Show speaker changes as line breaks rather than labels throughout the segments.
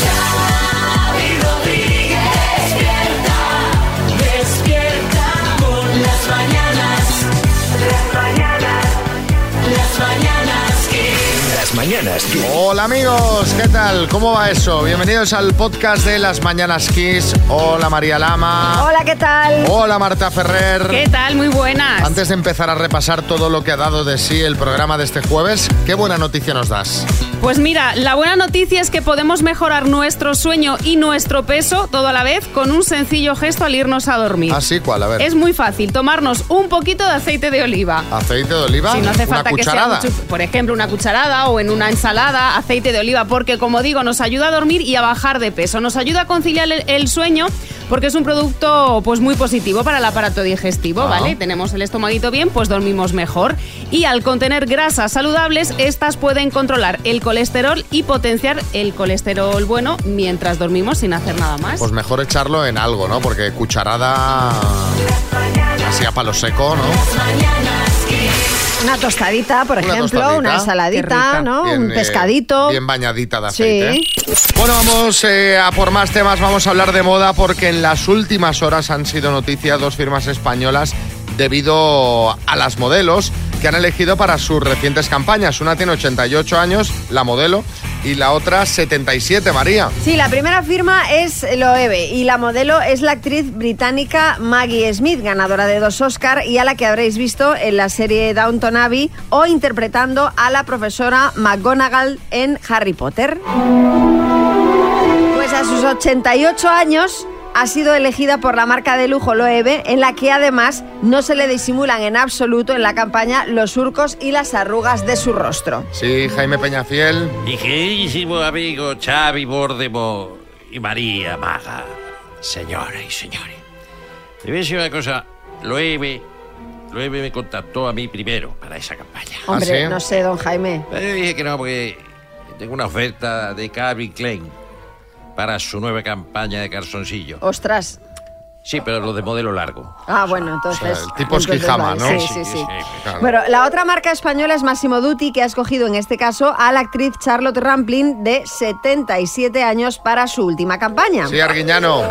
Xavi Rodríguez, despierta, despierta con las mañanas, las mañanas, las mañanas Kiss.
Las mañanas Kiss.
Hola amigos, ¿qué tal? ¿Cómo va eso? Bienvenidos al podcast de Las Mañanas Kiss. Hola María Lama.
Hola, ¿qué tal?
Hola Marta Ferrer.
¿Qué tal? Muy buenas.
Antes de empezar a repasar todo lo que ha dado de sí el programa de este jueves, ¿qué buena noticia nos das?
Pues mira, la buena noticia es que podemos mejorar nuestro sueño y nuestro peso todo a la vez con un sencillo gesto al irnos a dormir.
Así cual, ¿Ah, a ver. Ah.
Es muy fácil, tomarnos un poquito de aceite de oliva.
Aceite de oliva,
Si no hace
una
falta que sea,
cucharada.
un chup- por ejemplo, una cucharada o en una ensalada, aceite de oliva, porque como digo, nos ayuda a dormir y a bajar de peso. Nos ayuda a conciliar el, el sueño porque es un producto pues muy positivo para el aparato digestivo,
Ah.
¿vale? Tenemos el estomaguito bien, pues dormimos mejor. Y al contener grasas saludables, estas pueden controlar el colesterol y potenciar el colesterol bueno mientras dormimos sin hacer nada más.
Pues mejor echarlo en algo, ¿no? Porque cucharada así a palo seco, ¿no?
Una tostadita, por ejemplo,
tostadita.
una
Qué
ensaladita,
rica.
¿no?
Bien,
un
eh,
pescadito.
bien bañadita de
Sí.
aceite. ¿eh? Bueno, vamos eh, a por más temas, vamos a hablar de moda porque en las últimas horas han sido noticia dos firmas españolas debido a las modelos que han elegido para sus recientes campañas. Una tiene 88 años, la modelo, y la otra 77, María.
Sí, la primera firma es Loewe y la modelo es la actriz británica Maggie Smith, ganadora de dos Oscar y a la que habréis visto en la serie Downton Abbey o interpretando a la profesora McGonagall en Harry Potter. Pues a sus 88 años ha sido elegida por la marca de lujo Loewe, en la que además no se le disimulan en absoluto en la campaña los surcos y las arrugas de su rostro.
Sí, Jaime Peñafiel.
Mi queridísimo amigo Xavi Bordemo y María Maga, señoras y señores. Te voy a decir una cosa, Loewe, Loewe me contactó a mí primero para esa campaña.
¿Ah,
Hombre,
sí? Eh.
no sé, don Jaime.
Pero yo dije que no, porque tengo una oferta de Calvin Klein para su nueva campaña de calzoncillo.
Ostras,
Sí, pero lo de modelo largo. Eh,
Ah, bueno, entonces.
O sea, el tipo
entonces
esquijama,
vale,
¿no?
Sí, sí, sí.
Claro.
Bueno, la otra marca española es Massimo Dutti, que ha escogido en este caso a la actriz Charlotte Rampling, de 77 años, para su última campaña.
Sí, Arguiñano.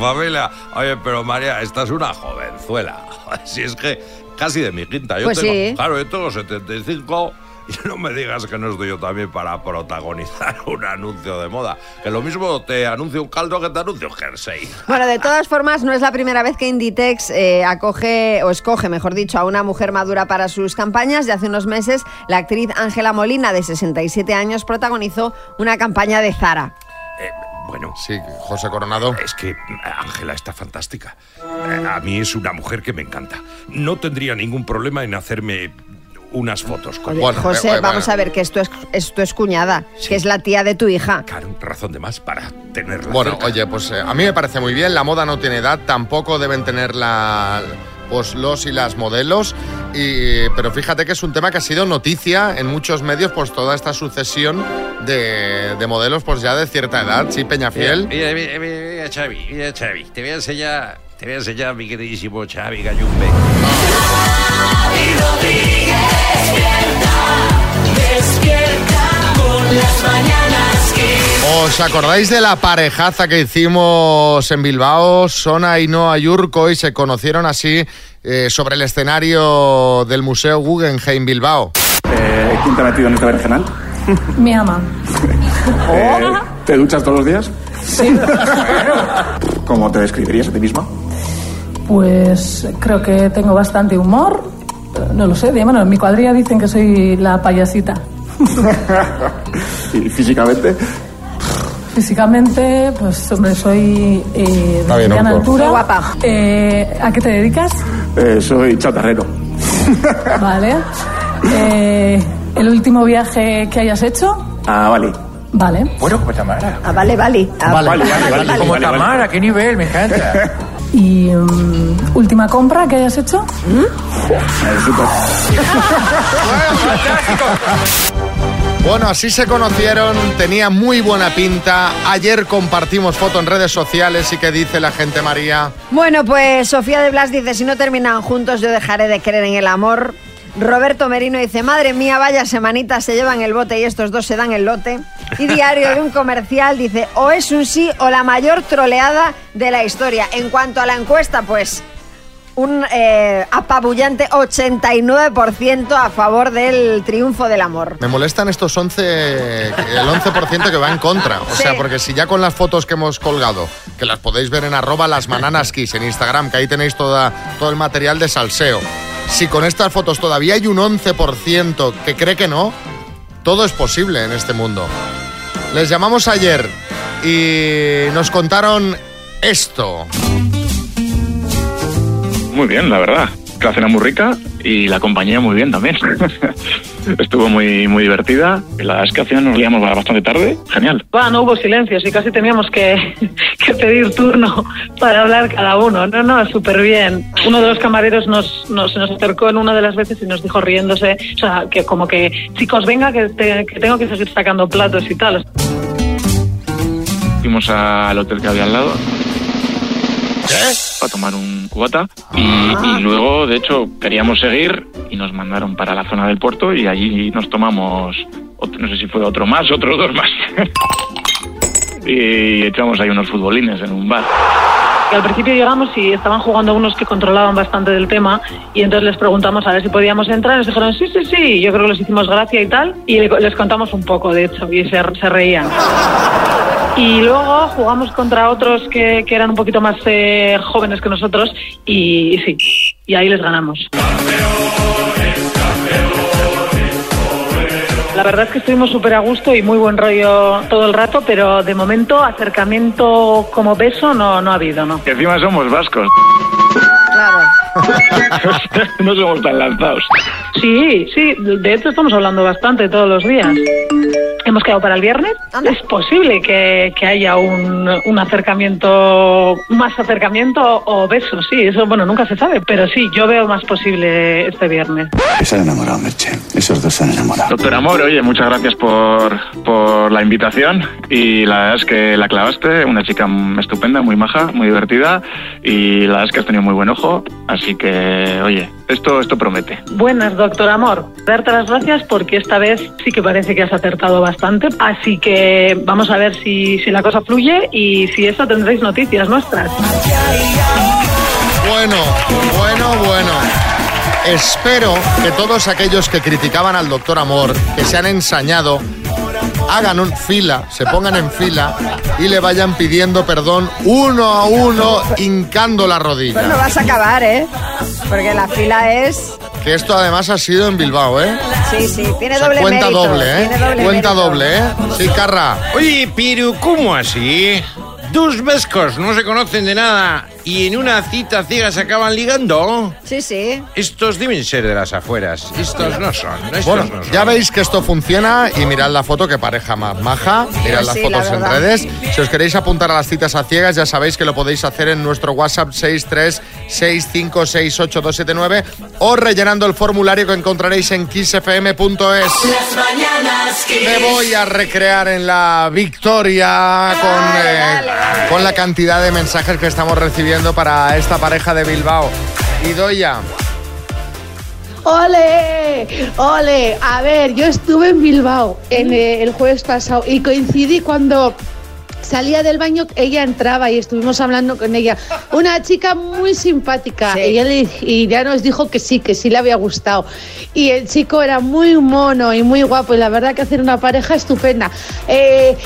familia. Oye, pero María, esta es una jovenzuela. Si es que casi de mi quinta. Yo
Pues
tengo,
sí.
Claro, yo tengo 75 y no me digas que no estoy yo también para protagonizar un anuncio de moda. Que lo mismo te anuncio un caldo que te anuncio un jersey.
Bueno, de todas formas, no es la primera vez que Inditex eh, acoge o escoge, mejor dicho, a una mujer madura para sus campañas. De hace unos meses, la actriz Ángela Molina, de 67 años, protagonizó una campaña de Zara.
Eh, bueno,
Sí, José Coronado.
Es que eh, Ángela está fantástica. Eh, A mí es una mujer que me encanta. No tendría ningún problema en hacerme unas fotos con
Oye,
ella.
Bueno,
José,
eh, bueno.
vamos a ver que esto es, esto es cuñada,
Sí.
que es la tía de tu hija.
Claro, razón de más para tenerla.
Bueno,
cerca.
oye, pues eh, a mí me parece muy bien, la moda no tiene edad, tampoco deben tener la, pues, los y las modelos, y, pero fíjate que es un tema que ha sido noticia en muchos medios, pues toda esta sucesión de, de modelos pues ya de cierta edad, sí, Peñafiel.
Mira, mira, mira, mira, Xavi, mira, Xavi. Te voy a enseñar, te voy a enseñar, mi queridísimo Xavi Gallumbe.
Xavi Rodríguez, despierta, despierta con las mañanas Kiss.
¿Os acordáis de la parejaza que hicimos en Bilbao? Sona y Noa Yurko y se conocieron así eh, sobre el escenario del Museo Guggenheim Bilbao.
Eh, ¿Quién te ha metido en este berenjenal?
Me ama.
Eh, ¿Te duchas todos los días?
Sí.
¿Cómo te describirías a ti misma?
Pues creo que tengo bastante humor. No lo sé, de- bueno, en mi cuadrilla dicen que soy la payasita.
¿Y físicamente?
Físicamente, pues hombre, soy eh, de
bien,
mediana
Urco.
altura.
Muy guapa.
Eh, ¿A qué te dedicas?
Eh, soy chatarrero.
Vale. Eh, ¿El último viaje que hayas hecho?
Ah, vale.
Vale.
Bueno, como Tamara.
Ah, vale, vale. Ah,
Vale, vale, vale.
Como
vale, vale.
Tamara, qué nivel, me encanta.
¿Y mm, última compra que hayas hecho?
¿Mm?
Eh, súper.
Bueno, así se conocieron, tenía muy buena pinta. Ayer compartimos foto en redes sociales y qué dice la gente María.
Bueno, pues Sofía de Blas dice, si no terminan juntos yo dejaré de creer en el amor. Roberto Merino dice, madre mía, vaya semanita, se llevan el bote y estos dos se dan el lote. Y Diario de un Comercial dice, o es un sí o la mayor troleada de la historia. En cuanto a la encuesta, pues un eh, apabullante 89% a favor del triunfo del amor.
Me molestan estos 11, el 11% que va en contra. O sea,
Sí.
porque si ya con las fotos que hemos colgado, que las podéis ver en arroba las mananaskis en Instagram, que ahí tenéis toda, todo el material de salseo, si con estas fotos todavía hay un 11% que cree que no, todo es posible en este mundo. Les llamamos ayer y nos contaron esto.
Muy bien, la verdad. La cena muy rica y la compañía muy bien también. Estuvo muy, muy divertida. Y La verdad es que al final nos liamos bastante tarde. Genial.
Ah, no hubo silencios y casi teníamos que, que pedir turno para hablar cada uno. No, no, súper bien. Uno de los camareros nos, nos, nos acercó en una de las veces y nos dijo riéndose, o sea, que como que, chicos, venga, que, te- que tengo que seguir sacando platos y tal.
Fuimos al hotel que había al lado. Para tomar un cubata. Y, y luego, de hecho, queríamos seguir y nos mandaron para la zona del puerto y allí nos tomamos, otro- no sé si fue otro más, otros dos más. y echamos ahí unos futbolines en un bar.
Y al principio llegamos y estaban jugando unos que controlaban bastante del tema y entonces les preguntamos a ver si podíamos entrar. Nos dijeron, sí, sí, sí. Yo creo que les hicimos gracia y tal. Y le- les contamos un poco, de hecho, y se, se reían. Y luego jugamos contra otros que, que eran un poquito más eh, jóvenes que nosotros y, y sí, y ahí les ganamos. La verdad es que estuvimos súper a gusto y muy buen rollo todo el rato, pero de momento acercamiento como beso no, no ha habido, ¿no?
Que encima somos vascos.
Claro.
no somos tan lanzados.
Sí, sí, de hecho estamos hablando bastante todos los días. Hemos quedado para el viernes.
Anda.
Es posible que, que haya un, un acercamiento, más acercamiento o beso, sí, eso bueno, nunca se sabe, pero sí, yo veo más posible este viernes.
Se han enamorado, Merche. Esos dos se han enamorado.
Doctor Amor, oye, muchas gracias por, por la invitación y la verdad es que la clavaste, una chica m- estupenda, muy maja, muy divertida y la verdad es que has tenido muy buen ojo, así que, oye, esto, esto promete.
Buenas, doctor Amor. Darte las gracias porque esta vez sí que parece que has acertado bastante, así que vamos a ver si, si la cosa fluye y si eso tendréis noticias nuestras.
Bueno, bueno, bueno. Espero que todos aquellos que criticaban al doctor Amor, que se han ensañado, hagan un fila, se pongan en fila y le vayan pidiendo perdón uno a uno, hincando la
Pues no
rodilla.
vas a acabar, ¿eh? Porque la fila es...
Que esto además ha sido en Bilbao, ¿eh?
Sí, sí, tiene
O sea,
doble
cuenta
mérito,
doble, ¿eh?
tiene doble
cuenta
mérito.
doble, ¿eh? Sí, Carra.
Oye, pero ¿cómo así? Dos vascos no se conocen de nada y en una cita ciega se acaban ligando.
Sí, sí.
Estos deben ser de las afueras. Estos no son. Estos
Bueno,
no son.
ya veis que esto funciona y mirad la foto, que pareja más maja. Mirad
Pues
las
sí, la
fotos en
verdad.
redes. Si os queréis apuntar a las citas a ciegas, ya sabéis que lo podéis hacer en nuestro WhatsApp 636568279 o rellenando el formulario que encontraréis en kissfm.es.
Las mañanas
Me
Kiss.
voy a recrear en la victoria con, eh,
dale, dale.
con la cantidad de mensajes que estamos recibiendo para esta pareja de Bilbao. Idoya,
¡Ole! ¡Ole! A ver, yo estuve en Bilbao en, eh, el jueves pasado y coincidí cuando salía del baño, ella entraba y estuvimos hablando con ella. Una chica muy simpática.
Sí.
Ella le- y ya nos dijo que sí, que sí le había gustado. Y el chico era muy mono y muy guapo y la verdad que hacer una pareja estupenda. Eh,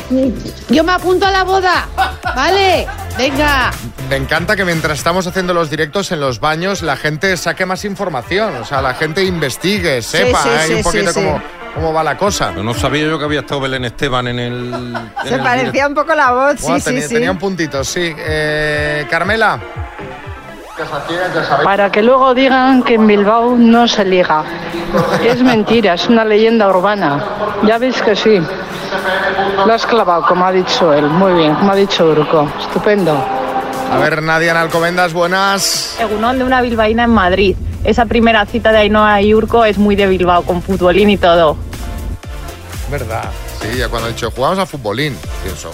yo me apunto a la boda, ¿vale? Venga.
Me encanta que mientras estamos haciendo los directos en los baños, la gente saque más información. O sea, la gente investigue, sepa
sí,
¿eh?
sí,
un poquito
sí, sí.
Cómo, cómo va la cosa.
No sabía yo que había estado Belén Esteban en el. en
Se
el
parecía un poco la voz, sí,
Guau,
sí,
tenía,
sí.
tenía un puntito, sí. Eh, Carmela.
Para que luego digan que en Bilbao no se liga. Es mentira, es una leyenda urbana. Ya veis que sí. Lo has clavado, como ha dicho él. Muy bien, como ha dicho Urco. Estupendo.
A ver, Nadia Nalcomendas, buenas.
Egunón de una bilbaína en Madrid. Esa primera cita de Ainhoa y Urco es muy de Bilbao, con futbolín y todo.
Verdad. Sí, ya cuando he dicho, jugamos a futbolín, pienso.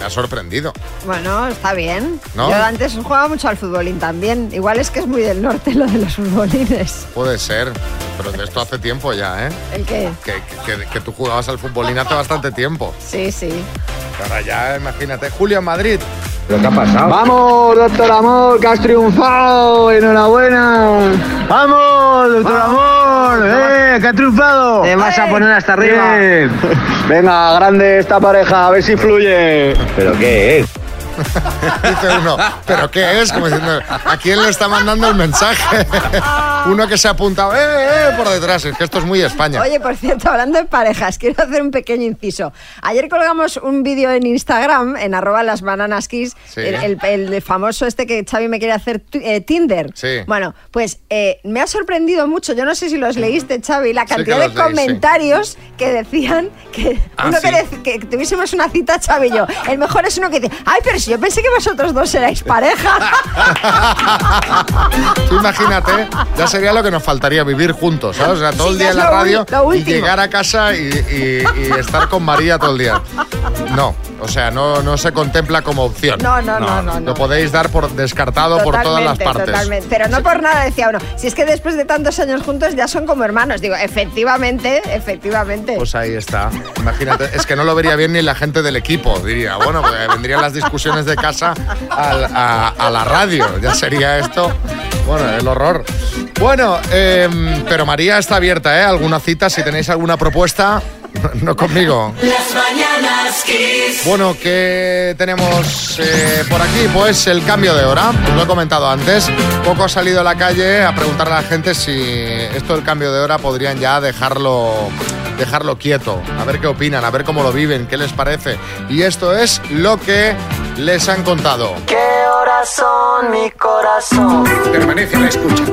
Me ha sorprendido.
Bueno, está bien.
¿No?
Yo antes jugaba mucho al futbolín también. Igual es que es muy del norte lo de los futbolines.
Puede ser, pero de esto hace tiempo ya, ¿eh?
¿El qué?
Que, que- que tú jugabas al futbolín hace bastante tiempo.
Sí, sí.
Ahora ya, imagínate. Julio en Madrid.
¿Pero qué ha pasado? ¡Vamos, doctor Amor, que has triunfado! ¡Enhorabuena! ¡Vamos, doctor Amor! ¡Eh, que has triunfado! Te vas a poner hasta
arriba.
Venga, grande esta pareja, a ver si fluye. ¿Pero qué es?
Dice uno, ¿pero qué es? Como diciendo, ¿a quién le está mandando el mensaje? uno que se ha apuntado, ¡eh, eh! Por detrás, es que esto es muy España.
Oye, por cierto, hablando de parejas, quiero hacer un pequeño inciso. Ayer colgamos un vídeo en Instagram, en arroba las bananas kiss,
Sí.
el, el- el de famoso este que Xavi me quiere hacer tu- eh, Tinder.
Sí.
Bueno, pues eh, me ha sorprendido mucho, yo no sé si los leíste, Xavi, la
Sí que
cantidad
los
de
leí, sí.
comentarios que decían que
Ah,
uno
sí.
que, de- que tuviésemos una cita, Xavi y yo. El mejor es uno que dice, ay, pero si yo pensé que vosotros dos erais pareja.
Tú imagínate, ya sería lo que nos faltaría vivir juntos, ¿sabes? O sea, todo
Sí,
el
ya
día
es
en la
lo
radio
ul- lo
y
último.
llegar a casa y, y- y estar con María todo el día. No, o sea, no, no se contempla como opción.
No, no, no, no, no.
Lo podéis dar por descartado por todas las
Totalmente,
partes.
totalmente. Pero no por nada decía uno. Si es que después de tantos años juntos ya son como hermanos. Digo, efectivamente, efectivamente.
Pues ahí está. Imagínate, es que no lo vería bien ni la gente del equipo, diría. Bueno, pues vendrían las discusiones de casa al- a, a la radio. Ya sería esto. Bueno, el horror. Bueno, em, pero María está abierta, ¿eh? Alguna cita, si tenéis alguna propuesta, no conmigo.
Las mañanas Kiss.
Bueno, ¿qué tenemos eh, por aquí? Pues el cambio de hora. Os lo he comentado antes. Poco ha salido a la calle a preguntar a la gente si esto del cambio de hora podrían ya dejarlo, dejarlo quieto. A ver qué opinan, a ver cómo lo viven, qué les parece. Y esto es lo que les han contado.
¿Qué horas son mi corazón?
Permanece la escucha.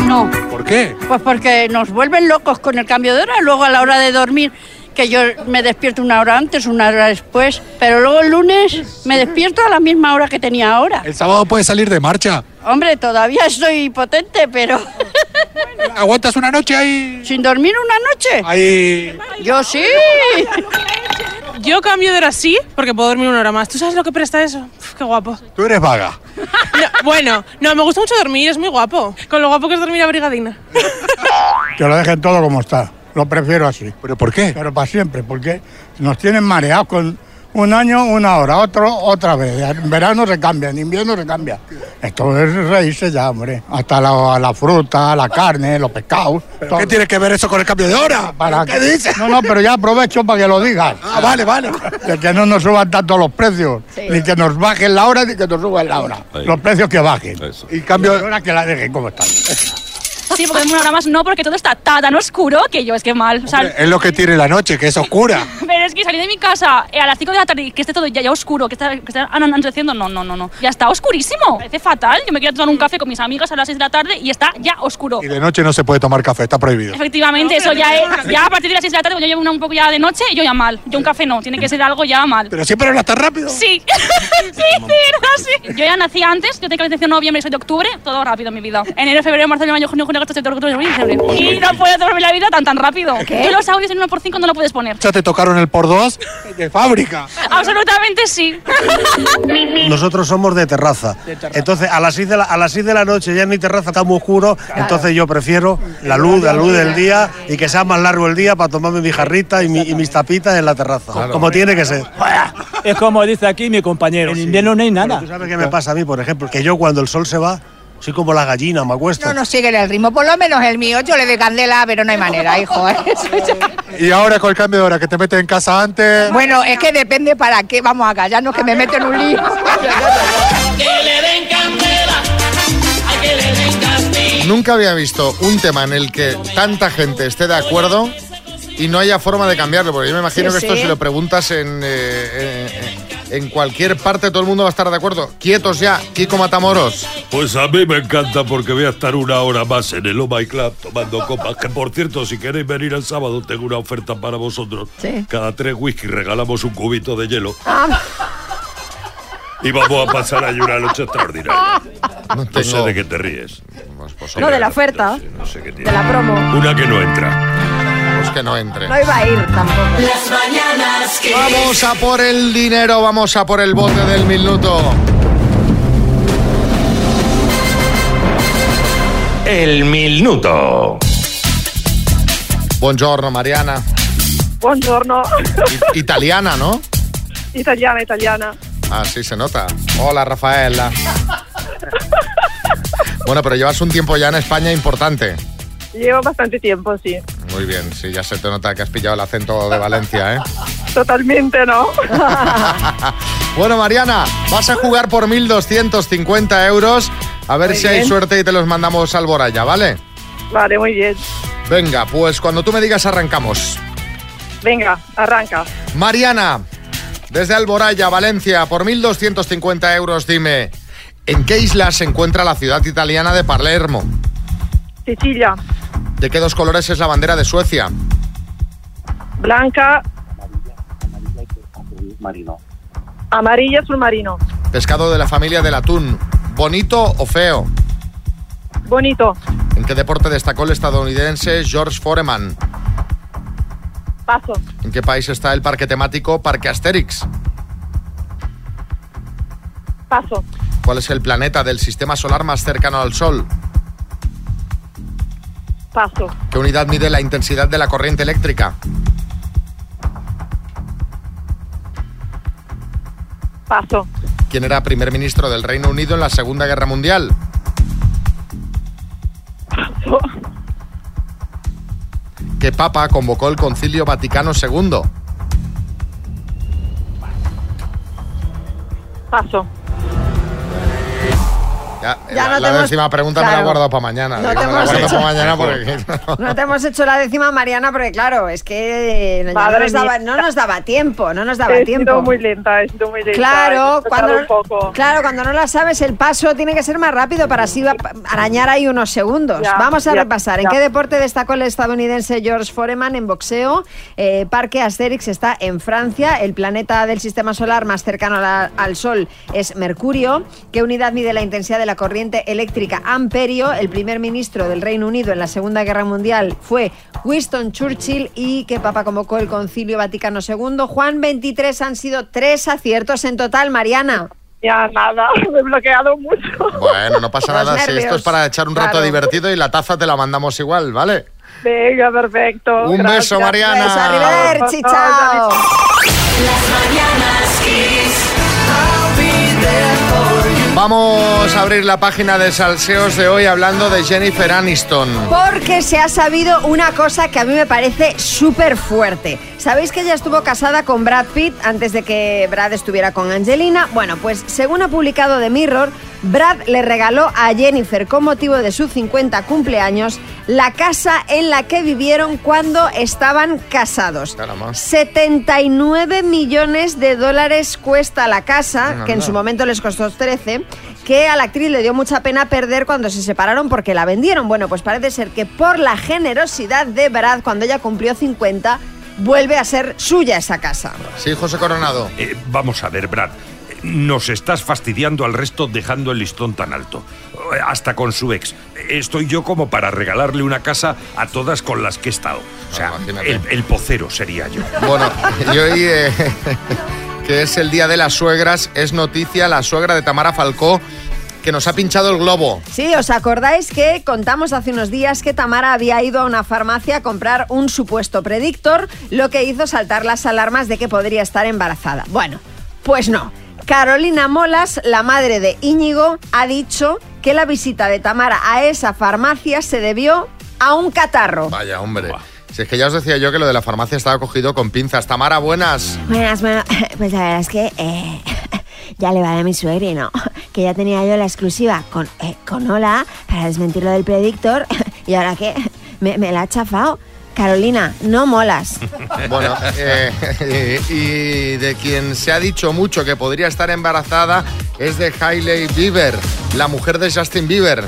No,
¿Por qué?
pues porque nos vuelven locos con el cambio de hora. Luego a la hora de dormir, que yo me despierto una hora antes, una hora después. Pero luego el lunes me despierto a la misma hora que tenía ahora.
El sábado puedes salir de marcha.
Hombre, todavía estoy potente, pero...
¿Aguantas una noche ahí?
¿Sin dormir una noche?
Ahí.
Yo sí.
Yo cambio de hora sí, porque puedo dormir una hora más. ¿Tú sabes lo que presta eso? Uf, qué guapo.
Tú eres vaga.
No, bueno, no, me gusta mucho dormir, es muy guapo. Con lo guapo que es dormir abrigadina.
Que lo dejen todo como está. Lo prefiero así. ¿Pero por qué? Pero para siempre, porque nos tienen mareados con un año, una hora, otro, otra vez. En verano se cambia, en invierno se cambia. Esto es reírse ya, hombre. Hasta la, la fruta, la carne, los pescados.
¿Qué tiene que ver eso con el cambio de hora?
¿Para
¿Qué dices?
No, no, pero ya aprovecho para que lo digas.
Ah, vale, vale.
De que no nos suban tanto los precios. Ni que nos bajen la hora, ni que nos suban la hora. Los precios que bajen. Y cambio de hora que la dejen como están.
Sí, porque una hora más no, porque todo está ta- tan oscuro que yo es que mal. O sea,
Es lo que tiene la noche, que es oscura.
pero es que salir de mi casa eh, a las 5 de la tarde y que esté todo ya, ya oscuro, que está, que está an- anocheciendo, no, no, no, no. Ya está oscurísimo. Parece fatal. Yo me quiero tomar un café con mis amigas a las 6 de la tarde y está ya oscuro.
Y de noche no se puede tomar café, está prohibido.
Efectivamente, eso ya es. Ya a partir de las 6 de la tarde, cuando yo llevo una- un poco ya de noche, yo ya mal. Yo un café no, tiene que ser algo ya mal.
Pero siempre hablas tan rápido.
Sí, sí, sí, era así. Yo ya nací antes, yo tengo calefacción en noviembre, soy de octubre, todo rápido en mi vida. Enero, febrero, marzo, abril, mayo, junio, julio, agosto, septiembre, octubre, noviembre, diciembre. Y no puedo tomarme la vida tan tan rápido. Yo los audios en 1x5 no lo puedes poner.
Ya te tocaron el por dos de fábrica.
Absolutamente sí.
Nosotros somos de terraza. Entonces, a las 6 de la, a las seis de la noche ya en mi terraza está muy oscuro, entonces yo prefiero la luz, la luz del día y que sea más largo el día para tomarme mi jarrita y, mi- y mis tapitas en la terraza, como tiene que ser.
Es como dice aquí mi compañero, en invierno no hay nada.
¿Qué me pasa a mí, por ejemplo? Que yo cuando el sol se va, soy como la gallina, me acuesto.
No nos siguen el ritmo, por lo menos el mío. Yo le doy candela, pero no hay manera, hijo. ¿eh? Eso ya-
Y ahora con el cambio de hora, que te metes en casa antes.
Bueno, es que depende para qué vamos a callarnos, que me meten un lío.
Que le den candela, hay que le den candela.
Nunca había visto un tema en el que tanta gente esté de acuerdo y no haya forma de cambiarlo, porque yo me imagino
Sí,
que esto
sí.
si lo preguntas en, eh, en, en cualquier parte todo el mundo va a estar de acuerdo. Quietos ya, Kiko Matamoros.
Pues a mí me encanta porque voy a estar una hora más en el Oh My Club tomando copas. Que por cierto, si queréis venir el sábado, tengo una oferta para vosotros.
Sí.
Cada tres whisky regalamos un cubito de hielo
Ah,
y vamos a pasar ahí una noche extraordinaria. No, sé de qué te ríes.
Pues
No, de la oferta,
No sé qué tiene.
de la promo.
Una que no entra.
Esperemos que no entre.
No iba a ir tampoco.
Las mañanas que
Vamos a por el dinero, vamos a por el bote del minuto.
El minuto.
Buongiorno, Mariana.
Buongiorno.
Italiana, ¿no?
Italiana, italiana.
Así Ah, se nota. Hola, Rafaela. Bueno, pero llevas un tiempo ya en España importante.
Llevo bastante tiempo, sí.
Muy bien, sí, ya se te nota que has pillado el acento de Valencia, ¿eh?
Totalmente, ¿no?
Bueno, Mariana, vas a jugar por 1.250 euros. A ver
Muy
si hay
bien.
suerte y te los mandamos al Boraya, ¿vale?
vale, muy bien.
Venga, pues cuando tú me digas arrancamos.
Venga, arranca.
Mariana, desde Alboraya, Valencia, por 1.250 euros, dime, ¿en qué isla se encuentra la ciudad italiana de Palermo?
Sicilia,
¿De qué dos colores es la bandera de Suecia?
blanca,
Marino.
amarilla, azul marino.
Pescado de la familia del atún, ¿bonito o feo?
Bonito.
¿En qué deporte destacó el estadounidense George Foreman?
Paso.
¿En qué país está el parque temático Parque Asterix?
Paso.
¿Cuál es el planeta del sistema solar más cercano al Sol?
Paso.
¿Qué unidad mide la intensidad de la corriente eléctrica?
Paso.
¿Quién era primer ministro del Reino Unido en la Segunda Guerra Mundial? ¿Qué papa convocó el Concilio Vaticano II?
Paso.
Ya,
Ya
la,
no te
la
hemos-
décima pregunta me la he
claro.
guardado para mañana.
No
digo,
te
me la
hemos
guardo
hecho-
para mañana porque...
No te hemos hecho la décima, Mariana, porque claro, es que no, ya no
Madre
nos, daba,
mía.
no nos daba tiempo, no nos daba
he
tiempo.
sido muy lenta, he sido muy lenta. he
Claro
empezado
cuando,
un poco.
claro, cuando no la sabes, el paso tiene que ser más rápido para así va- arañar ahí unos segundos.
Ya,
Vamos a
ya,
repasar. ¿En
ya.
qué deporte destacó el estadounidense George Foreman en boxeo? Eh, Parque Asterix está en Francia. El planeta del sistema solar más cercano a la- al Sol es Mercurio. ¿Qué unidad mide la intensidad de la corriente eléctrica? Amperio. El primer ministro del Reino Unido en la Segunda Guerra Mundial fue Winston Churchill y que Papa convocó el Concilio Vaticano II. Juan 23 han sido tres aciertos en total, Mariana.
Ya nada, me he bloqueado mucho.
Bueno, no pasa
Los
nada. Si esto
nervios.
es para echar un rato
Claro.
divertido y la taza te la mandamos igual, ¿vale?
Venga, perfecto.
Oh,
Un
gracias.
beso, Mariana. Beso, pues, arrivederci,
chao.
Vamos a abrir la página de salseos de hoy hablando de Jennifer Aniston.
Porque se ha sabido una cosa que a mí me parece súper fuerte. ¿Sabéis que ella estuvo casada con Brad Pitt antes de que Brad estuviera con Angelina? Bueno, pues según ha publicado The Mirror, Brad le regaló a Jennifer con motivo de su 50 cumpleaños la casa en la que vivieron cuando estaban casados. 79 millones de dólares cuesta la casa,
Anda.
que en su momento les costó 13, que a la actriz le dio mucha pena perder cuando se separaron porque la vendieron. Bueno, pues parece ser que por la generosidad de Brad, cuando ella cumplió 50, vuelve a ser suya esa casa.
Sí, José Coronado.
Eh, vamos a ver, Brad. eh, Nos estás fastidiando al resto dejando el listón tan alto. Eh, Hasta con su ex. Estoy yo como para regalarle una casa a todas con las que he estado. O sea, el, el pocero sería yo.
Bueno, y hoy eh, que es el día de las suegras, es noticia la suegra de Tamara Falcó que nos ha pinchado el globo.
Sí, ¿os acordáis que contamos hace unos días que Tamara había ido a una farmacia a comprar un supuesto predictor, lo que hizo saltar las alarmas de que podría estar embarazada? Bueno, pues no. Carolina Molas, la madre de Íñigo, ha dicho que la visita de Tamara a esa farmacia se debió a un catarro.
Vaya, hombre. Si es que ya os decía yo que lo de la farmacia estaba cogido con pinzas. Tamara, buenas.
Buenas, bueno, pues la verdad es que eh, ya le vale a mi suegrino, que ya tenía yo la exclusiva con, eh, con Ola para desmentir lo del predictor y ahora que me, me la ha chafado. Carolina, no molas.
Bueno, eh, y de quien se ha dicho mucho que podría estar embarazada es de Hailey Bieber, la mujer de Justin Bieber.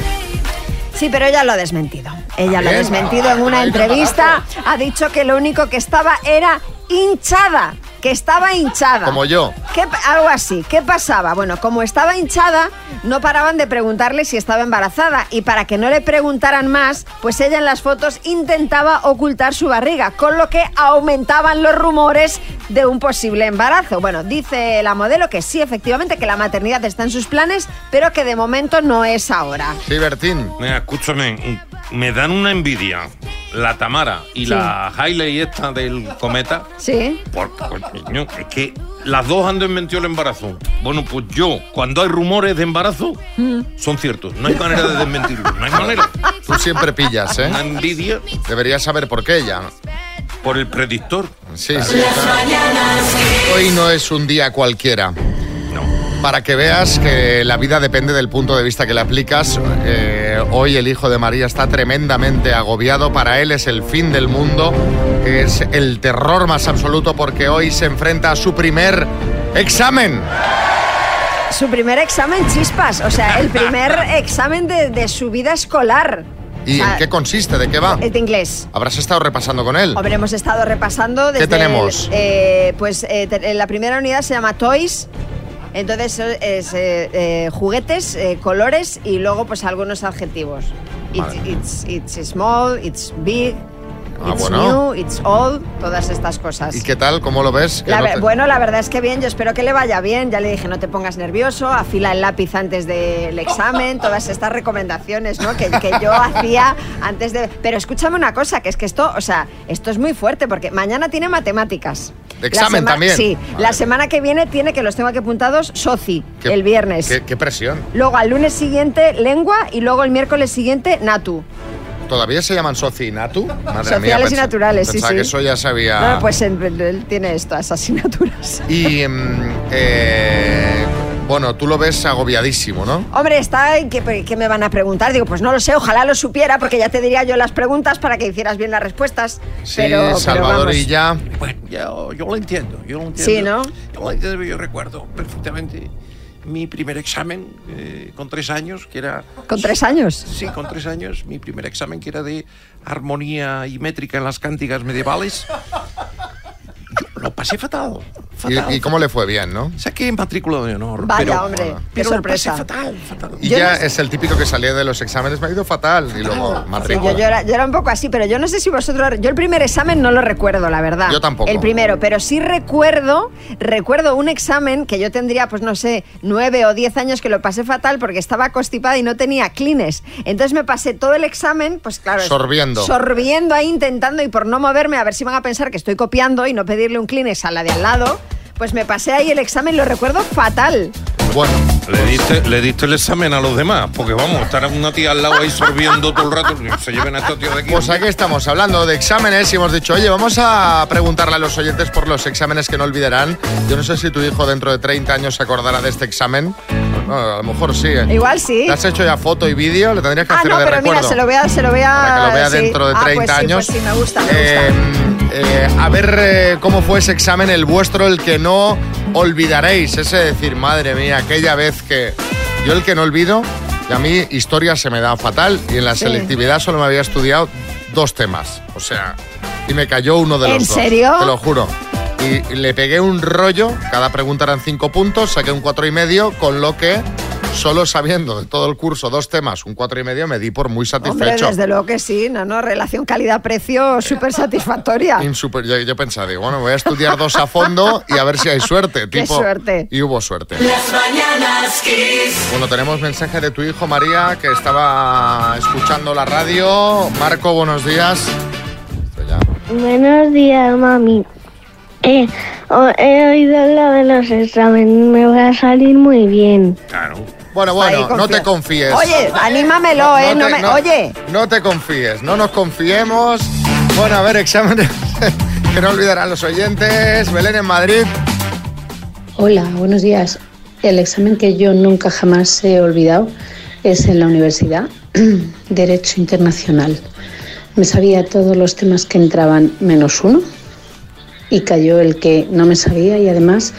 Sí, pero ella lo ha desmentido. Ella lo ha
Bien.
desmentido en una
Ay, qué
entrevista. Ha dicho que lo único que estaba era hinchada. que estaba hinchada.
Como yo.
¿Qué pa- algo así. ¿Qué pasaba? Bueno, como estaba hinchada, no paraban de preguntarle si estaba embarazada y para que no le preguntaran más, pues ella en las fotos intentaba ocultar su barriga, con lo que aumentaban los rumores de un posible embarazo. Bueno, dice la modelo que sí, efectivamente, que la maternidad está en sus planes, pero que de momento no es ahora.
Sí, Bertín.
Mira, escúchame, me dan una envidia la Tamara y
Sí.
la Hailey esta del cometa.
Sí.
Porque, coño, es que las dos han desmentido el embarazo. Bueno, pues yo, cuando hay rumores de embarazo, son ciertos. No hay manera de desmentirlo, no hay manera.
Tú siempre pillas, ¿eh?
Una envidia.
Deberías saber por qué ella.
Por el predictor.
Sí, sí. Hoy no es un día cualquiera. Para que veas que la vida depende del punto de vista que le aplicas, eh, hoy el hijo de María está tremendamente agobiado. Para él es el fin del mundo, es el terror más absoluto porque hoy se enfrenta a su primer examen.
Su primer examen, chispas, o sea, el primer examen de, de su vida escolar.
¿Y
O sea,
en qué consiste? ¿De qué va?
El de inglés.
¿Habrás estado repasando con él?
Eh, Hombre, hemos estado repasando desde... el-
tenemos?
eh, pues eh, te- eh, la primera unidad se llama Toys. Entonces eh, es eh, eh, juguetes, eh, colores y luego pues algunos adjetivos. It's,
Vale.
it's, it's small, it's big,
Ah,
it's
bueno.
new, it's old, todas estas cosas.
¿Y qué tal? ¿Cómo lo ves? Que
La
no
ver-
te-
Bueno, la verdad es que bien, yo espero que le vaya bien. Ya le dije, no te pongas nervioso, afila el lápiz antes del examen, todas estas recomendaciones ¿no? que, que yo hacía antes de... Pero escúchame una cosa, que es que esto, o sea, esto es muy fuerte, porque mañana tiene matemáticas. La
Examen
sema-
también.
Sí,
Vale.
la semana que viene tiene, que los tengo aquí apuntados, soci,
Qué-
el viernes.
Qué, qué presión.
Luego al lunes siguiente, lengua, y luego el miércoles siguiente, natu.
¿Todavía se llaman soci y natu? Madre mía,
Sociales y
pensa-
naturales, sí,
pensaba
sí.
que eso ya sabía...
No, pues en- él tiene esto, esas asignaturas.
Ah. Y mm, eh, bueno, tú lo ves agobiadísimo, ¿no?
Hombre, está ¿qué, qué me van a preguntar? Digo, pues no lo sé, ojalá lo supiera, porque ya te diría yo las preguntas para que hicieras bien las respuestas.
Sí,
pero, pero
Salvador
vamos.
y ya.
Bueno, yo, yo lo entiendo, yo lo entiendo.
Sí, ¿no?
Yo, lo entiendo, yo recuerdo perfectamente mi primer examen eh, con tres años, que era...
¿Con tres años?
Sí, con tres años, mi primer examen que era de armonía y métrica en las cánticas medievales. Yo lo pasé fatal. fatal.
¿Y, y cómo le fue bien, no?
Saqué en matrícula de honor.
Vaya,
pero-
hombre, qué
pero lo pasé
sorpresa.
fatal, fatal.
Y ya es el típico que salía de los exámenes, me ha ido fatal. Y luego,
Sí, yo,
matrícula.
yo era, yo era un poco así, pero yo no sé si vosotros. Yo el primer examen no lo recuerdo, la verdad.
Yo tampoco.
El primero, pero sí recuerdo, recuerdo un examen que yo tendría, pues no sé, nueve o diez años que lo pasé fatal porque estaba constipada y no tenía clines. Entonces me pasé todo el examen, pues claro.
Sorbiendo.
Sorbiendo ahí, intentando y por no moverme, a ver si van a pensar que estoy copiando y no pedirle un clines a la de al lado. Pues me pasé ahí el examen, lo recuerdo fatal.
Bueno.
Le diste, le diste el examen a los demás, porque vamos, estar una tía al lado ahí sorbiendo todo el rato, se lleven a esta tía de aquí.
Pues aquí estamos hablando de exámenes y hemos dicho, oye, vamos a preguntarle a los oyentes por los exámenes que no olvidarán. Yo no sé si tu hijo dentro de 30 años se acordará de este examen. Bueno, a lo mejor sí. ¿eh?
Igual sí.
¿Le has hecho ya foto y vídeo? Le tendrías que
Ah,
hacer
no,
de
pero
recuerdo.
mira, se lo voy a. Se lo voy a
para que lo vea
sí.
dentro de
Ah,
30
pues sí,
años.
pues sí, me gusta, me gusta.
Eh, eh, a ver eh, cómo fue ese examen, el vuestro, el que no olvidaréis. Ese decir, madre mía, aquella vez que yo el que no olvido, y a mí historia se me da fatal y en la
Sí.
selectividad solo me había estudiado dos temas. O sea, y me cayó uno de los
¿En
dos.
serio?
Te lo juro. Y le pegué un rollo, cada pregunta eran cinco puntos, saqué un cuatro y medio, con lo que solo sabiendo de todo el curso dos temas, un cuatro y medio, me di por muy
Hombre,
satisfecho.
desde luego que sí, no, no, relación calidad-precio súper satisfactoria.
Insuper- yo, yo pensaba, digo, bueno, voy a estudiar dos a fondo y a ver si hay suerte.
Qué
tipo-
suerte.
Y hubo suerte.
mañanas kiss.
Bueno, tenemos mensaje de tu hijo María que estaba escuchando la radio. Marco, buenos días.
Buenos días, mami. Eh, o- he oído lo de los exámenes, me va a salir muy bien.
Claro. Bueno,
Ahí
bueno, no
confía.
te confíes.
Oye,
anímamelo, ¿eh? No me- oye.
No te confíes, no nos confiemos. Bueno, a ver, exámenes que no olvidarán los oyentes. Belén en Madrid.
Hola, buenos días. El examen que yo nunca jamás he olvidado es en la universidad, Derecho Internacional. Me sabía todos los temas que entraban menos uno y cayó el que no me sabía y además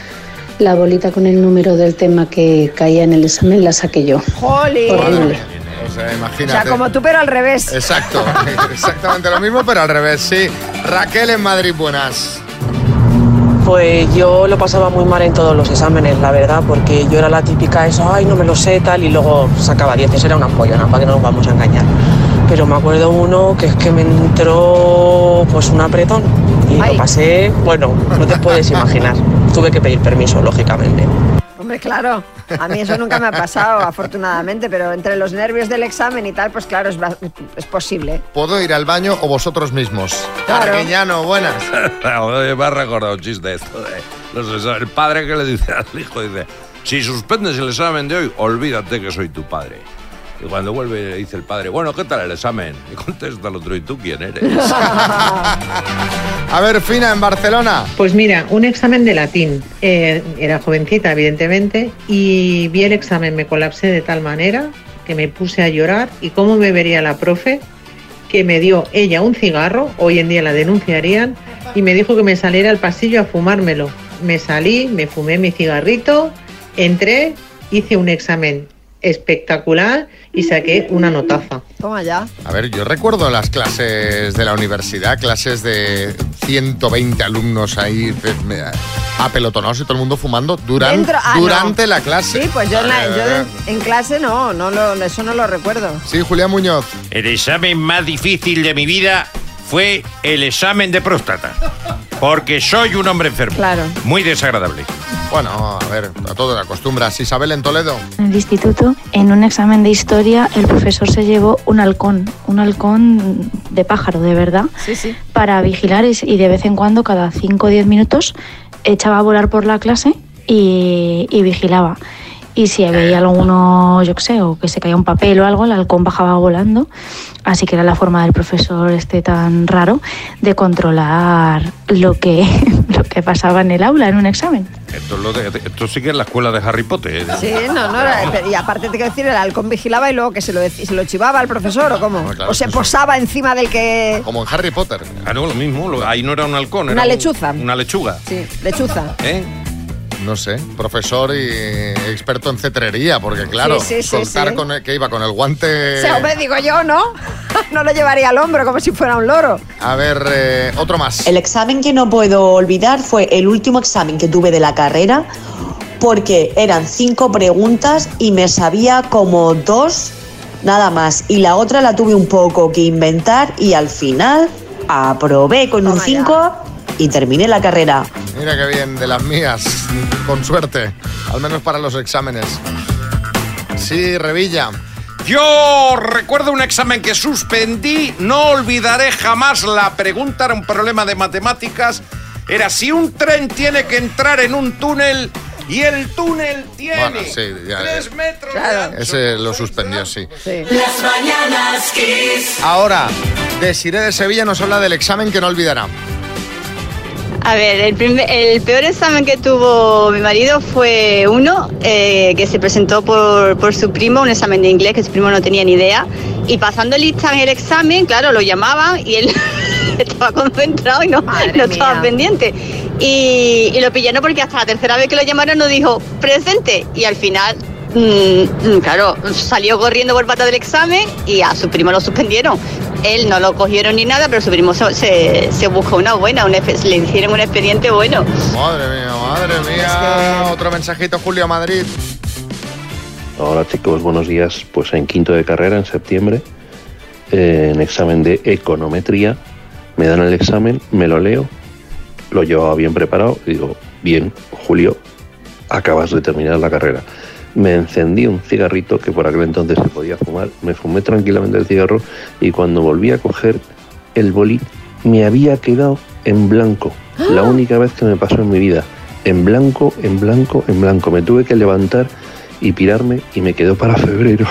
la bolita con el número del tema que caía en el examen la saqué yo.
¡Jolín!
Horrible.
O sea,
O
imagínate.
sea, como tú, pero al revés.
Exacto, exactamente lo mismo, pero al revés, sí. Raquel en Madrid, buenas.
Pues yo lo pasaba muy mal en todos los exámenes, la verdad, porque yo era la típica eso, ay, no me lo sé, tal, y luego sacaba 10, era una pollona, para que no nos vamos a engañar. Pero me acuerdo uno que es que me entró pues un apretón y lo pasé, bueno, no te puedes imaginar. Tuve que pedir permiso, lógicamente.
Hombre, claro, a mí eso nunca me ha pasado, afortunadamente, pero entre los nervios del examen y tal, pues claro, es, va- es posible.
¿Puedo ir al baño o vosotros mismos?
Claro.
Arguiñano, buenas.
Oye, me ha recordado un chiste esto de los exámenes. El padre que le dice al hijo, dice, si suspendes el examen de hoy, olvídate que soy tu padre. Y cuando vuelve le dice el padre, bueno, ¿qué tal el examen? Y contesta el otro, ¿y tú quién eres?
A ver, Fina, en Barcelona.
Pues mira, un examen de latín. Eh, era jovencita, evidentemente, y vi el examen, me colapsé de tal manera que me puse a llorar y cómo me vería la profe que me dio ella un cigarro, hoy en día la denunciarían, y me dijo que me saliera al pasillo a fumármelo. Me salí, me fumé mi cigarrito, entré, hice un examen espectacular y saqué una notaza.
Toma ya.
A ver, yo recuerdo las clases de la universidad, clases de 120 alumnos ahí eh, me- apelotonados y todo el mundo fumando duran-
Dentro- ah, no.
durante la clase.
Sí, pues yo, en, la-
Eh,
yo en- en clase no, no lo- eso no lo recuerdo.
Sí, Julián Muñoz.
El examen más difícil de mi vida fue el examen de próstata. Porque soy un hombre enfermo.
Claro.
Muy desagradable.
Bueno, a ver, a todo te acostumbras. Isabel en Toledo.
En el instituto, en un examen de historia, el profesor se llevó un halcón, un halcón de pájaro, de verdad,
Sí, sí.
para vigilar y, y de vez en cuando, cada 5 o 10 minutos, echaba a volar por la clase y, y vigilaba. Y si veía alguno, yo qué sé, o que se caía un papel o algo, el halcón bajaba volando. Así que era la forma del profesor este tan raro de controlar lo que, lo que pasaba en el aula, en un examen.
Esto, es lo de- esto sí que es la escuela de Harry Potter. ¿eh?
Sí, no, no, era- pero- y aparte te quiero decir, el halcón vigilaba y luego que se lo, dec- se lo chivaba al profesor o cómo.
claro,
o se
eso.
posaba encima del que...
Como en Harry Potter.
Ah, no, lo mismo. lo- ahí no era un halcón.
Una
era un-
lechuza.
Una lechuga.
Sí, lechuza.
¿Eh?
No sé, profesor y experto en cetrería, porque claro,
Sí, sí, sí,
soltar
sí.
con el- que iba con el guante.
O sea, hombre, digo yo, ¿no? no lo llevaría al hombro como si fuera un loro.
A ver, eh, otro más.
El examen que no puedo olvidar fue el último examen que tuve de la carrera porque eran cinco preguntas y me sabía como dos nada más y la otra la tuve un poco que inventar y al final aprobé con un 5 y terminé la carrera.
Mira qué bien, de las mías, con suerte, al menos para los exámenes. Sí, Revilla.
Yo recuerdo un examen que suspendí, no olvidaré jamás la pregunta, era un problema de matemáticas, era si un tren tiene que entrar en un túnel y el túnel tiene...
Bueno, sí, ya.
Tres metros.
Ese lo suspendió, sí.
Las mañanas kiss.
Ahora, Desiré de Sevilla nos habla del examen que no olvidará.
A ver, el, primer- el peor examen que tuvo mi marido fue uno eh, que se presentó por, por su primo, un examen de inglés que su primo no tenía ni idea. Y pasando lista en el examen, claro, lo llamaban y él estaba concentrado y no, no estaba
mía.
pendiente. Y, y lo pillaron porque hasta la tercera vez que lo llamaron no dijo presente. Y al final, mm, mm, claro, salió corriendo por pata del examen y a su primo lo suspendieron. Él no lo cogieron ni nada, pero su primo se, se, se buscó una buena, un espe- le hicieron un expediente bueno.
Madre mía, madre mía. Otro mensajito, Julio Madrid.
Hola chicos, buenos días. Pues en quinto de carrera, en septiembre, eh, en examen de econometría, me dan el examen, me lo leo, lo llevaba bien preparado y digo, bien, Julio, acabas de terminar la carrera. Me encendí un cigarrito que por aquel entonces se podía fumar, me fumé tranquilamente el cigarro y cuando volví a coger el boli me había quedado en blanco. La única vez que me pasó en mi vida. En blanco, en blanco, en blanco. Me tuve que levantar y pirarme y me quedó para febrero.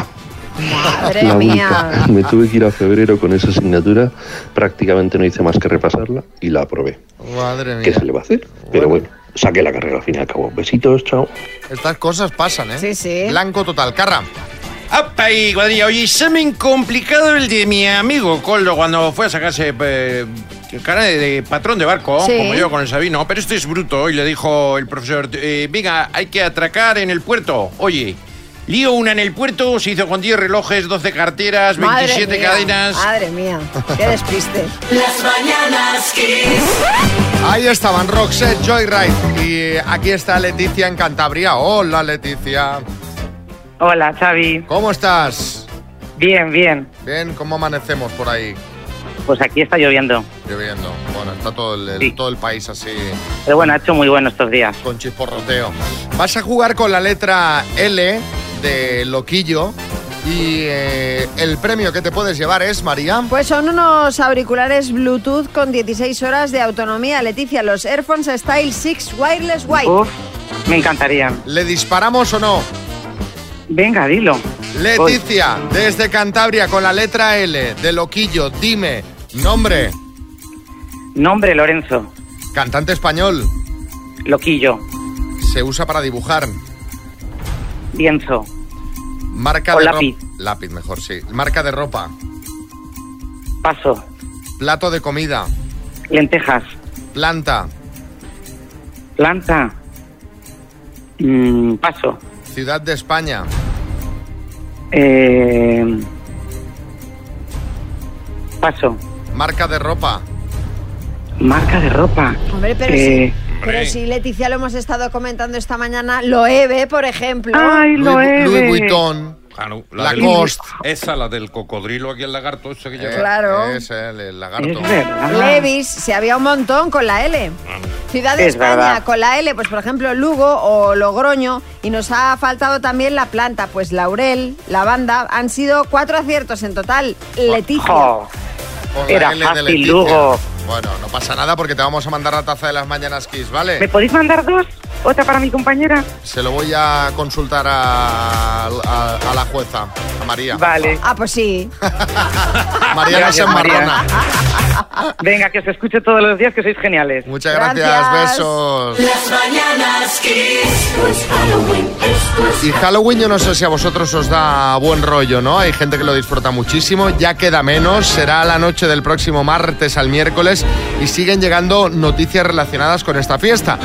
Madre
La
mía.
única. Me tuve que ir a febrero con esa asignatura. Prácticamente no hice más que repasarla y la aprobé.
Madre
¿Qué
mía.
se le va a hacer? Pero bueno, saqué la carrera al fin y al cabo. Besitos, chao.
Estas cosas pasan, ¿eh? Sí, sí. Blanco total, carra.
¡Apa y cuadrilla! Oye, examen complicado el de mi amigo Coldo cuando fue a sacarse eh, el carnet de patrón de barco,
Sí.
como yo con el Sabino. Pero este es bruto y le dijo el profesor, eh, venga, hay que atracar en el puerto. Oye, Lío una en el puerto, se hizo con 10 relojes, 12 carteras,
Madre
27
mía,
cadenas.
Madre mía, qué despiste.
Las mañanas Kiss.
Ahí estaban Roxette, Joyride. Y eh, aquí está Leticia en Cantabria. Hola, Leticia.
Hola, Xavi.
¿Cómo estás?
Bien, bien.
Bien, ¿cómo amanecemos por ahí?
Pues aquí está lloviendo.
Lloviendo. Bueno, está todo el, el- todo el país así,
Pero bueno, ha hecho muy bueno estos días.
con chisporroteo. Vas a jugar con la letra L de Loquillo. Y eh, el premio que te puedes llevar es, María.
Pues son unos auriculares Bluetooth con 16 horas de autonomía, Leticia, los Airphones Style 6 Wireless White.
Uf, me encantaría.
¿Le disparamos o no?
Venga, dilo.
Leticia, desde Cantabria, con la letra L de Loquillo, dime, nombre.
Nombre, Lorenzo.
Cantante español.
Loquillo.
Se usa para dibujar.
Lienzo.
Marca
O
de
lápiz.
ropa. Lápiz, mejor, sí. Marca de ropa.
Paso.
Plato de comida.
Lentejas.
Planta.
Planta. Mm, paso.
Ciudad de España.
Eh, paso.
Marca de ropa.
Marca de ropa.
Hombre, pero,
Eh,
sí, pero sí, Leticia, lo hemos estado comentando esta mañana. Loewe, por ejemplo.
Loewe.
Louis Vuitton.
Claro,
Lacoste.
Ah,
Eh,
Del, esa, la del cocodrilo aquí, el lagarto ese que lleva.
Claro.
Es el, el lagarto.
Es verdad.
Levis, se había un montón con la L. Ciudad de
Es
España
verdad.
con la L, pues por ejemplo Lugo o Logroño. Y nos ha faltado también la planta, pues Laurel, la banda. Han sido cuatro aciertos en total. Leticia.
jo,
Con la
era
L de
fácil,
Leticia.
Lugo.
Bueno, no pasa nada porque te vamos a mandar la taza de las mañanas Kiss, ¿vale?
¿Me podéis mandar dos? ¿Otra para mi compañera?
Se lo voy a consultar a, a- a la jueza, a María.
Vale.
Ah, pues sí.
María no se
Gracias, María.
enmarrona.
Venga, que os escucho todos los días, que sois geniales.
Muchas gracias, besos.
Las mañanas Kiss. Pues Halloween, esto es
Y Halloween yo no sé si a vosotros os da buen rollo, ¿no? Hay gente que lo disfruta muchísimo, ya queda menos, será la noche del próximo martes al miércoles y siguen llegando noticias relacionadas con esta fiesta.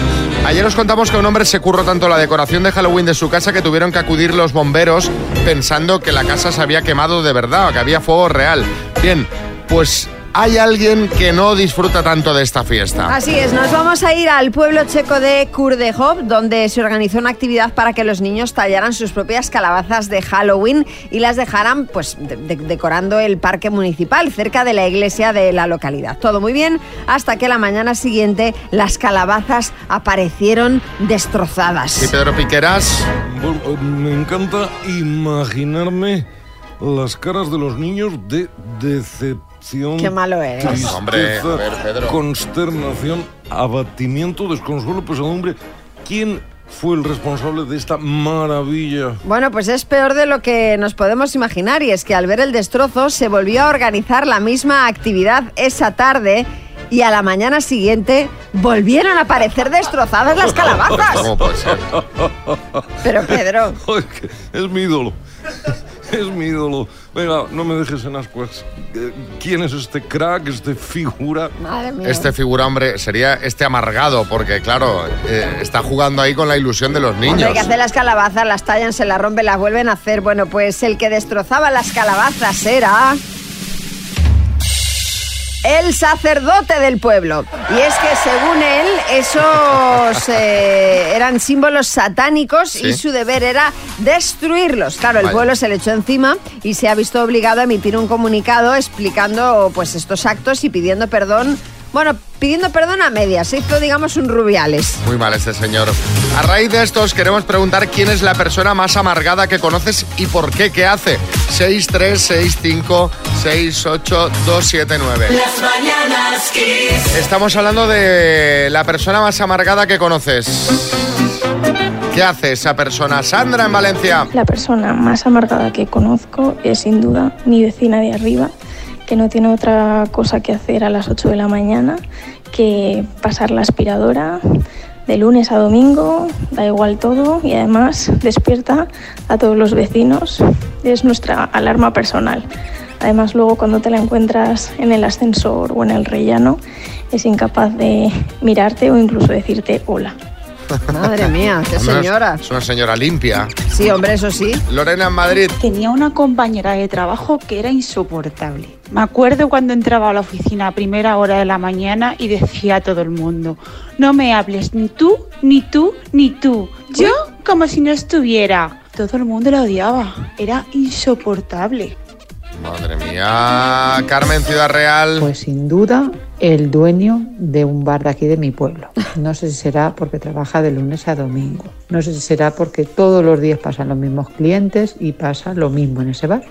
Ayer os contamos que un hombre se curró tanto la decoración de Halloween de su casa que tuvieron que acudir los bomberos pensando que la casa se había quemado de verdad, o que había fuego real. Bien, pues hay alguien que no disfruta tanto de esta fiesta.
Así es, nos vamos a ir al pueblo checo de Kurdehov, donde se organizó una actividad para que los niños tallaran sus propias calabazas de Halloween y las dejaran pues de- de- decorando el parque municipal cerca de la iglesia de la localidad. Todo muy bien, hasta que la mañana siguiente las calabazas aparecieron destrozadas.
Y Pedro Piqueras...
Bueno, eh, me encanta imaginarme las caras de los niños de decepción.
Qué malo eres.
tristeza,
Hombre, a ver, Pedro.
Consternación, abatimiento, desconsuelo, pesadumbre. ¿Quién fue el responsable de esta maravilla?
Bueno, pues es peor de lo que nos podemos imaginar y es que al ver el destrozo se volvió a organizar la misma actividad esa tarde y a la mañana siguiente volvieron a aparecer destrozadas las calabazas.
¿Cómo puede ser?
Pero Pedro,
Es que es mi ídolo. Es mi ídolo. Venga, no me dejes en ascuas. Eh, ¿Quién es este crack, este figura?
Madre
Este figura, hombre, sería este amargado, porque claro, eh, está jugando ahí con la ilusión de los niños.
hay que hacer las calabazas, las tallan, se las rompen, las vuelven a hacer. Bueno, pues el que destrozaba las calabazas era... El sacerdote del pueblo. Y es que según él, esos eh, eran símbolos satánicos y
Sí.
su deber era destruirlos. Claro, el
Vaya.
pueblo se le echó encima y se ha visto obligado a emitir un comunicado explicando pues estos actos y pidiendo perdón. Bueno, pidiendo perdón a medias. Se hizo, digamos, un rubiales.
Muy mal este señor. A raíz de estos queremos preguntar quién es la persona más amargada que conoces y por qué, qué hace. 636568279.
Las mañanas Kiss.
Estamos hablando de la persona más amargada que conoces. ¿Qué hace esa persona? Sandra en Valencia.
La persona más amargada que conozco es sin duda mi vecina de arriba, que no tiene otra cosa que hacer a las 8 de la mañana que pasar la aspiradora de lunes a domingo, da igual todo y además despierta a todos los vecinos. Es nuestra alarma personal. Además luego cuando te la encuentras en el ascensor o en el rellano es incapaz de mirarte o incluso decirte hola.
Madre mía, qué
Al menos
señora.
Es una señora limpia.
Sí, hombre, eso sí.
Lorena en Madrid.
Tenía una compañera de trabajo que era insoportable. Me acuerdo cuando entraba a la oficina a primera hora de la mañana y decía a todo el mundo, no me hables ni tú, ni tú, ni tú. Yo como si no estuviera. Todo el mundo la odiaba. Era insoportable.
Madre mía. Carmen, Ciudad Real.
Pues sin duda el dueño de un bar de aquí de mi pueblo. No sé si será porque trabaja de lunes a domingo. No sé si será porque todos los días pasan los mismos clientes y pasa lo mismo en ese bar.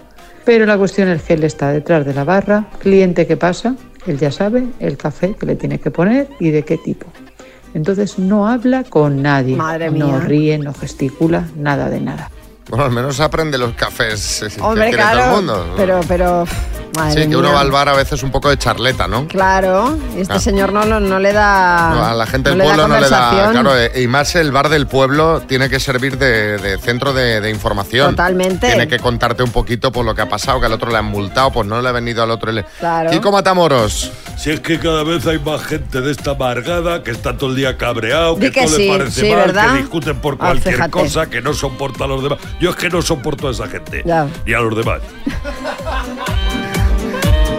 Pero la cuestión es que él está detrás de la barra, cliente que pasa, él ya sabe el café que le tiene que poner y de qué tipo. Entonces no habla con nadie,
Madre
no
mía.
ríe, no gesticula, nada de nada.
Bueno, al menos aprende los cafés eh,
Hombre,
que quiere
claro.
todo el mundo.
Pero, pero. Madre
sí, que uno
mía.
va al bar a veces un poco de charleta, ¿no?
Claro, y este
Ah.
señor no, no, no le da.
No, a la gente
Ah, no
del pueblo no le da.
conversación.
Claro, eh, y más el bar del pueblo tiene que servir de, de centro de, de información.
Totalmente.
Tiene que contarte un poquito por lo que ha pasado, que al otro le han multado, pues no le ha venido al otro. y Le...
Claro.
Kiko Matamoros.
Si es que cada vez hay más gente de esta amargada que está todo el día cabreado, que,
Di que
todo
sí,
le parece
sí,
mal,
¿verdad?
que discuten por
Ah,
cualquier
fíjate.
cosa, que no soporta a los demás. Yo es que no soporto a esa gente
Ya.
ni a los demás.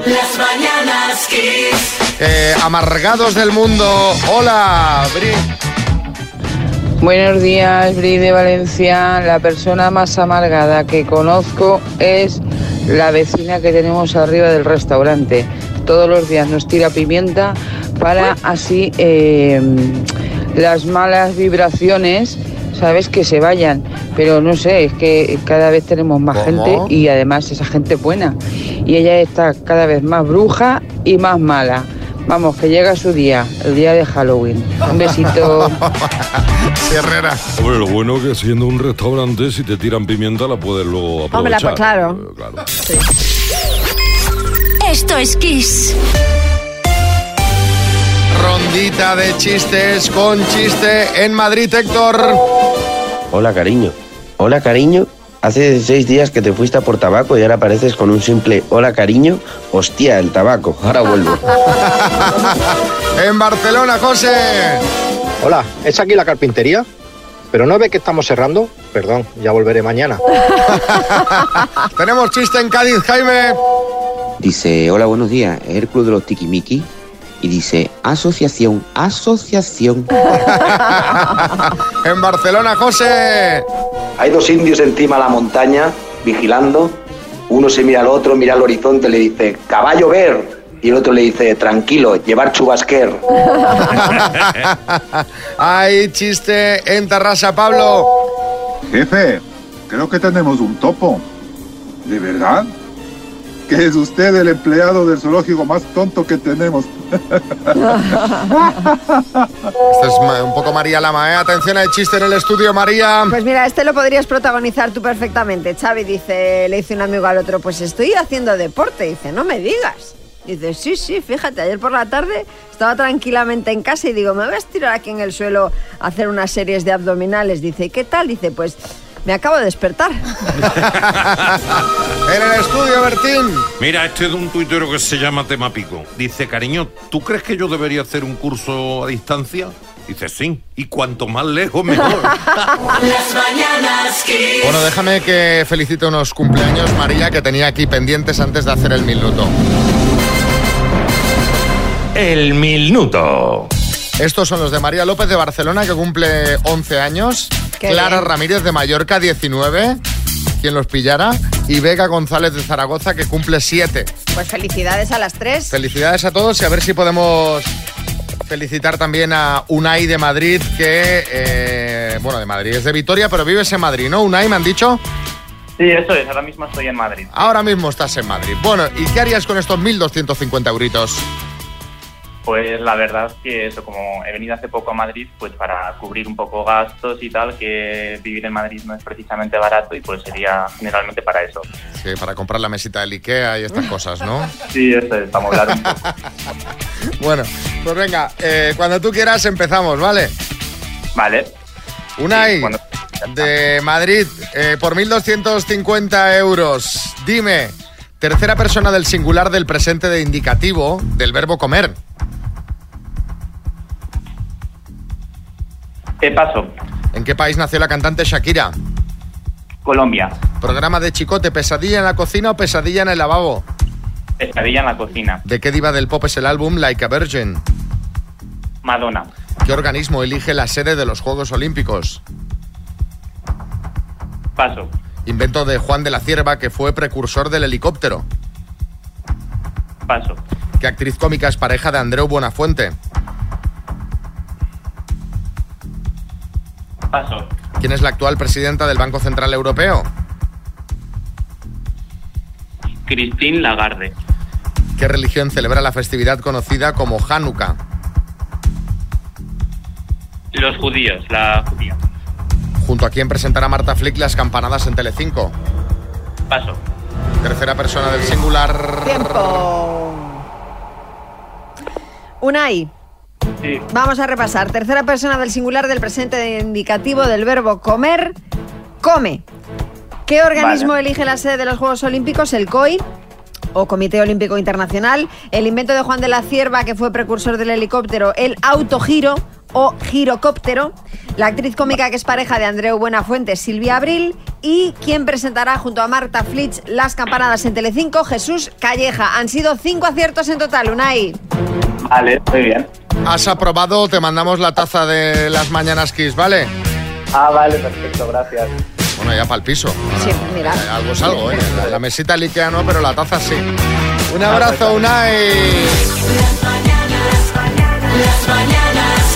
Las mañanas Kiss.
Eh, amargados del mundo. Hola, Bri.
Buenos días, Bri de Valencia. La persona más amargada que conozco es la vecina que tenemos arriba del restaurante. Todos los días nos tira pimienta para así eh, las malas vibraciones, ¿sabes? Que se vayan. Pero no sé, es que cada vez tenemos más gente y además esa gente buena. Y ella está cada vez más bruja y más mala. Vamos, que llega su día, el día de Halloween. Un besito.
Herrera.
Hombre, lo bueno que siendo un restaurante, si te tiran pimienta, la puedes luego aprovechar.
Hombre, la- pues claro.
Eh, claro.
Esto es Kiss.
Rondita de chistes con chiste en Madrid, Héctor.
Hola, cariño. Hola, cariño. Hace seis días que te fuiste a por tabaco y ahora apareces con un simple hola, cariño. Hostia, el tabaco. Ahora vuelvo.
en Barcelona, José.
Hola, ¿es aquí la carpintería? ¿Pero no ve que estamos cerrando? Perdón, ya volveré mañana.
Tenemos chiste en Cádiz, Jaime.
Dice, hola, buenos días. Es el club de los tiquimiqui. Y dice, asociación, asociación.
En Barcelona, José.
Hay dos indios encima de la montaña, vigilando. Uno se mira al otro, mira al horizonte, le dice, caballo ver. Y el otro le dice, tranquilo, llevar chubasquer.
Hay chiste en Tarrasa, Pablo.
Jefe, creo que tenemos un topo. ¿De verdad? Que es usted el empleado del zoológico más tonto que tenemos.
Este es ma- un poco María Lama, ¿eh? Atención hay chiste en el estudio, María.
Pues mira, este lo podrías protagonizar tú perfectamente. Xavi dice, le dice un amigo al otro, pues estoy haciendo deporte. Dice, no me digas. Dice, sí, sí, fíjate, ayer por la tarde estaba tranquilamente en casa y digo, me voy a estirar aquí en el suelo a hacer unas series de abdominales. Dice, ¿qué tal? Dice, pues me acabo de despertar.
en el estudio, Bertín.
Mira, este es de un tuitero que se llama Temápico. Dice, cariño, ¿tú crees que yo debería hacer un curso a distancia? Dice, sí. Y cuanto más lejos, mejor.
Las mañanas Kiss.
Bueno, déjame que felicite unos cumpleaños, María, que tenía aquí pendientes antes de hacer el minuto.
El minuto.
Estos son los de María López de Barcelona, que cumple 11 años.
Qué
Clara
bien.
Ramírez de Mallorca, 19. Quien los pillara. Y Vega González de Zaragoza, que cumple 7.
Pues felicidades a las tres.
Felicidades a todos y a ver si podemos felicitar también a Unai de Madrid, que, eh, bueno, de Madrid, es de Vitoria, pero vives en Madrid, ¿no? Unai, me han dicho.
Sí, eso es. Ahora mismo estoy en Madrid.
Ahora mismo estás en Madrid. Bueno, ¿y qué harías con estos 1.250 euritos?
Pues la verdad es que eso, como he venido hace poco a Madrid, pues para cubrir un poco gastos y tal, que vivir en Madrid no es precisamente barato y pues sería generalmente para eso.
Sí, para comprar la mesita del Ikea y estas cosas, ¿no?
Sí, eso es, para hablar un poco.
Bueno, pues venga, eh, cuando tú quieras empezamos, ¿vale?
Vale.
Unai, de Madrid, eh, por 1.250 euros, dime, tercera persona del singular del presente de indicativo del verbo comer.
Te paso.
¿En qué país nació la cantante Shakira?
Colombia.
Programa de Chicote, ¿pesadilla en la cocina o pesadilla en el lavabo?
Pesadilla en la cocina.
¿De qué diva del pop es el álbum Like a Virgin?
Madonna.
¿Qué organismo elige la sede de los Juegos Olímpicos?
Paso.
Invento de Juan de la Cierva, que fue precursor del helicóptero.
Paso.
¿Qué actriz cómica es pareja de Andreu Buenafuente?
Paso.
¿Quién es la actual presidenta del Banco Central Europeo?
Christine Lagarde.
¿Qué religión celebra la festividad conocida como Hanukkah?
Los judíos. La judía.
¿Junto a quién presentará Marta Flick las campanadas en Telecinco?
Paso.
Tercera persona del singular.
Tiempo. Unai.
Sí.
Vamos a repasar. Tercera persona del singular del presente de indicativo del verbo comer. Come. ¿Qué organismo elige la sede de los Juegos Olímpicos? El COI o Comité Olímpico Internacional. El invento de Juan de la Cierva, que fue precursor del helicóptero. El autogiro o girocóptero. La actriz cómica que es pareja de Andreu Buenafuente, Silvia Abril. Y quien presentará junto a Marta Flitch las campanadas en Telecinco, Jesús Calleja. Han sido cinco aciertos en total, Unai.
Vale, muy bien.
Has aprobado, te mandamos la taza de las mañanas Kiss, ¿vale?
Ah, vale, perfecto, gracias.
Bueno, ya para el piso. Ahora,
Sí, mira.
eh, algo es algo, ¿eh? La- La mesita el Ikea no, pero la taza sí.
Ah, pues
Un abrazo, Unai.
Las mañanas, las mañanas.